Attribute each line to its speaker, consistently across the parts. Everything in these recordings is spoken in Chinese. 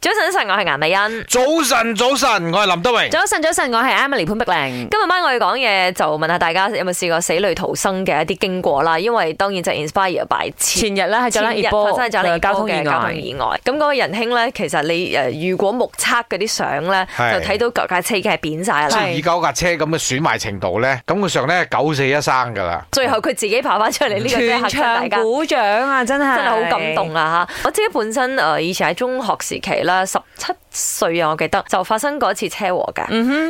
Speaker 1: 早晨，早晨，我係顏美欣。
Speaker 2: 早晨，早晨，我係林德榮。
Speaker 3: 早晨，早晨，我係 Emily 潘碧玲。
Speaker 1: 今日晚我哋講嘢就問下大家有冇試過死裏逃生嘅一啲經過啦，因為當然就 inspire by 前
Speaker 3: 前日咧喺佐
Speaker 1: 前
Speaker 3: 蘭
Speaker 1: 日
Speaker 3: 熱
Speaker 1: 發
Speaker 3: 波
Speaker 1: 生喺佐
Speaker 3: 嘅
Speaker 1: 敦
Speaker 3: 交通
Speaker 1: 嘅
Speaker 3: 意
Speaker 1: 交通
Speaker 3: 外，
Speaker 1: 意外，咁嗰個仁兄咧，其實你誒如果目測嗰啲相咧，
Speaker 2: 係
Speaker 1: 就睇到架架車已經係扁晒
Speaker 2: 即
Speaker 1: 啦
Speaker 3: 係。
Speaker 2: 係以九架車咁嘅損壞程度咧，咁佢上咧九死一生噶啦。
Speaker 1: 最後佢自己爬翻出嚟，呢個真係
Speaker 3: 全
Speaker 1: 嚇親大
Speaker 3: 場
Speaker 1: 家。
Speaker 3: 鼓掌啊！真係
Speaker 1: 真係好感動啊！嚇，我自己本身誒以前喺中學時期啦，十七歲啊，我記得就發生過一次車禍嘅。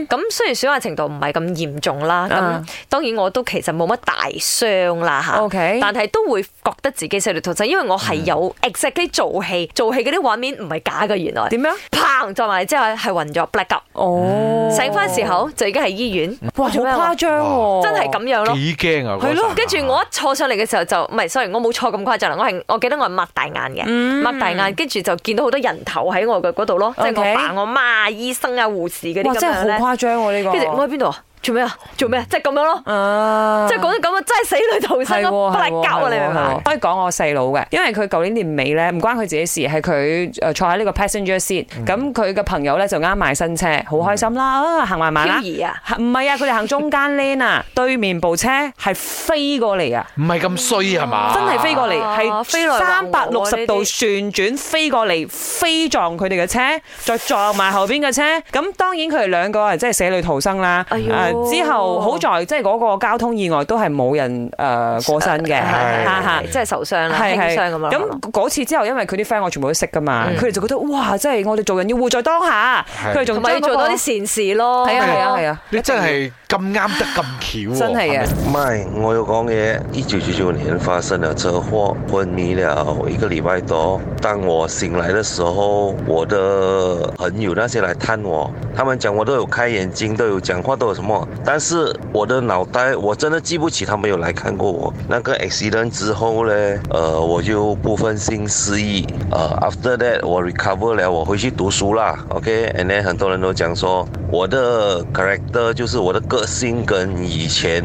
Speaker 1: 咁雖然損壞程度唔係咁嚴重啦，
Speaker 3: 嗯
Speaker 1: 咁當然我都其實冇乜大傷啦嚇。
Speaker 3: OK
Speaker 1: 啊
Speaker 3: 嗯
Speaker 1: 但係都會覺得自己死裏逃生，因為我係有 exactly 做戲，做戲嗰啲畫面唔係假嘅，原來。
Speaker 3: 點樣？
Speaker 1: 砰！撞埋之後係暈咗 black out，
Speaker 3: 哦，
Speaker 1: 醒翻時候就已經係醫院，我
Speaker 3: 哇，好
Speaker 1: 做咩啊
Speaker 3: 誇張喎！
Speaker 1: 真係咁樣咯。
Speaker 2: 幾驚啊！
Speaker 3: 係咯
Speaker 2: 嗰陣
Speaker 1: 跟住我一坐上嚟嘅時候就唔係，sorry，我冇坐咁誇張啦，我係我記得我係擘大眼嘅，
Speaker 3: 嗯
Speaker 1: 擘大眼，跟住就見到好多人頭喺我嘅嗰度咯，即係
Speaker 3: OK
Speaker 1: 我爸、我媽、醫生啊、護士嗰啲
Speaker 3: 哇，
Speaker 1: 咁
Speaker 3: 真係
Speaker 1: 樣咧
Speaker 3: 好誇張喎呢個。
Speaker 1: 跟住我喺邊度啊？做咩啊？做咩啊？即係咁樣咯，
Speaker 3: 哦嗯啊，
Speaker 1: 即係講到咁啊，真係死裏逃
Speaker 3: 係
Speaker 1: 生咯，不
Speaker 3: 係
Speaker 1: 甩膠啊！你明唔明
Speaker 3: 係
Speaker 1: 啊
Speaker 3: 喎？可以講我細佬嘅，因為佢舊年年尾咧，唔關佢自己事，係佢誒坐喺呢個 passenger seat，咁
Speaker 1: 嗯
Speaker 3: 佢嘅朋友咧就啱買新車，好開心啦，啊行埋埋啦
Speaker 1: 漂，移啊！
Speaker 3: 唔係啊，佢哋行中間 lane 啊，對面部車係飛過嚟啊！
Speaker 2: 唔係咁衰係嘛？
Speaker 3: 真係飛過嚟，
Speaker 1: 啊飛
Speaker 3: 係
Speaker 1: 來橫
Speaker 3: 三百
Speaker 1: 禍
Speaker 3: 六
Speaker 1: 呢啲
Speaker 3: 十度旋轉飛過嚟，飛撞佢哋嘅車，再撞埋後邊嘅車。咁當然佢哋兩個啊係真係死裏逃生啦。
Speaker 1: 哎呦
Speaker 3: 呃之後好在即係嗰個交通意外都係冇人誒過身嘅，
Speaker 2: 係
Speaker 3: 哈哈
Speaker 1: 係即係受傷啦，
Speaker 3: 係
Speaker 1: 輕
Speaker 3: 係
Speaker 1: 傷咁樣。嗯
Speaker 3: 咁嗰次之後，因為佢啲 friend 我全部都識噶嘛，佢哋就覺得哇，即係我哋做人要活在當下，
Speaker 2: 係
Speaker 3: 佢哋仲
Speaker 1: 同埋要
Speaker 3: 將
Speaker 1: 做
Speaker 3: 嗰
Speaker 1: 多
Speaker 3: 個
Speaker 1: 啲善事咯。
Speaker 3: 係啊係啊係啊，
Speaker 2: 你真係咁啱得咁巧喎，
Speaker 3: 真係啊！
Speaker 4: 麦，我有讲嘢。一九九九年发生了车祸，昏迷了一个礼拜多。当我醒来的时候，我的朋友那些来探我，他们讲我都有开眼睛，都有讲话，都有什么。但是我的脑袋我真的记不起他们有来看过我。那个 accident 之后呢，呃，我就部分性失忆。呃，after that 我 recover 了，我回去读书啦。OK，and、then 很多人都讲说我的 character 就是我的个性跟以前。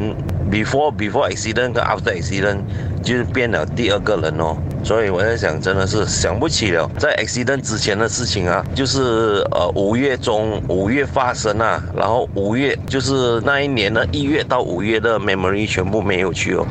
Speaker 4: before before accident 跟 after accident 就是变了第二个人哦。所以我在想，真的是想不起了，在 accident 之前的事情啊，就是呃五月中五月发生啊，然后五月就是那一年的一月到五月的 memory 全部没有去哦。